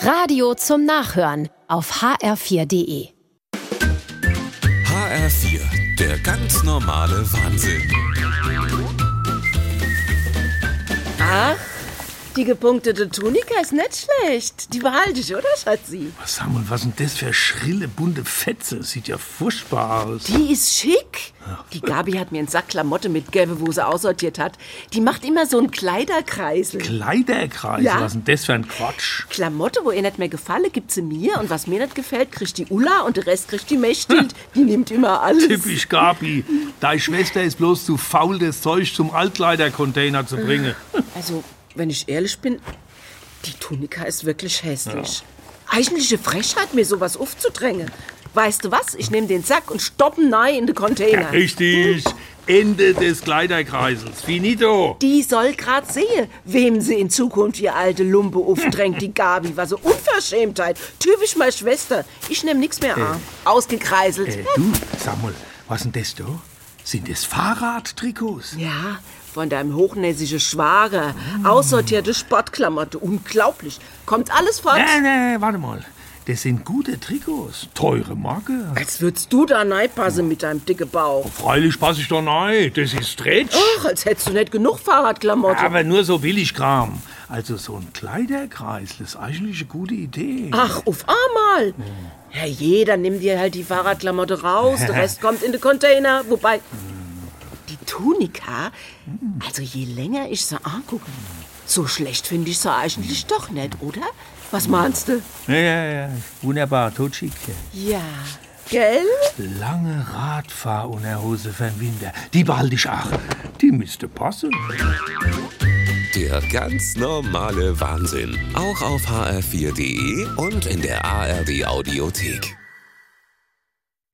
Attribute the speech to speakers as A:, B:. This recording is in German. A: Radio zum Nachhören auf hr4.de.
B: HR4, der ganz normale Wahnsinn.
C: Ach, die gepunktete Tunika ist nicht schlecht. Die behalte ich, oder, Schatzi?
D: Was sag mal, was sind das für schrille, bunte Fetze? Sieht ja furchtbar aus.
C: Die ist schick. Die Gabi hat mir einen Sack Klamotte mitgegeben, wo sie aussortiert hat. Die macht immer so einen Kleiderkreisel.
D: Kleiderkreis,
C: Ja.
D: was ist denn das für ein Quatsch?
C: Klamotte, wo ihr nicht mehr gefalle, gibt sie mir. Und was mir nicht gefällt, kriegt die Ulla und der Rest kriegt die Mechthild. Die nimmt immer alles.
D: Typisch Gabi. Deine Schwester ist bloß zu faul, das Zeug zum Altkleidercontainer zu bringen.
C: Also, wenn ich ehrlich bin, die Tunika ist wirklich hässlich. Eigentlich eine Frechheit, mir sowas aufzudrängen. Weißt du was? Ich nehme den Sack und stoppen nein in den Container.
D: Richtig. Ende des Kleiderkreisels. Finito.
C: Die soll grad sehen, wem sie in Zukunft ihr alte Lumpe aufdrängt, die Gabi. Was so Unverschämtheit. Typisch meine Schwester. Ich nehme nichts mehr an. Ausgekreiselt.
D: Äh, du, sag mal, was ist denn das da? Sind das Fahrradtrikots?
C: Ja, von deinem hochnäsischen Schwager. Aussortierte Sportklamotte. Unglaublich. Kommt alles fort.
D: Nee, nee, warte mal. Das sind gute Trikots. Teure Marke.
C: Als würdest du da reinpassen mit deinem dicken Bauch.
D: Freilich passe ich da rein. Das ist Stretch.
C: Ach, als hättest du nicht genug Fahrradklamotte.
D: Aber nur so Billigkram. Also so ein Kleiderkreisel ist eigentlich eine gute Idee.
C: Ach, auf einmal. Ja, jeder nimmt dir halt die Fahrradklamotte raus, der Rest kommt in den Container. Wobei, die Tunika, also je länger ich sie angucke, so schlecht finde ich sie eigentlich doch nicht, oder? Was meinst du?
D: Ja, ja, ja. Wunderbar, totschick.
C: Ja. Gell?
D: Lange Radfahrunterhose für den Winter. Die behalte ich auch. Die müsste passen.
B: Der ganz normale Wahnsinn. Auch auf hr4.de und in der ARD-Audiothek.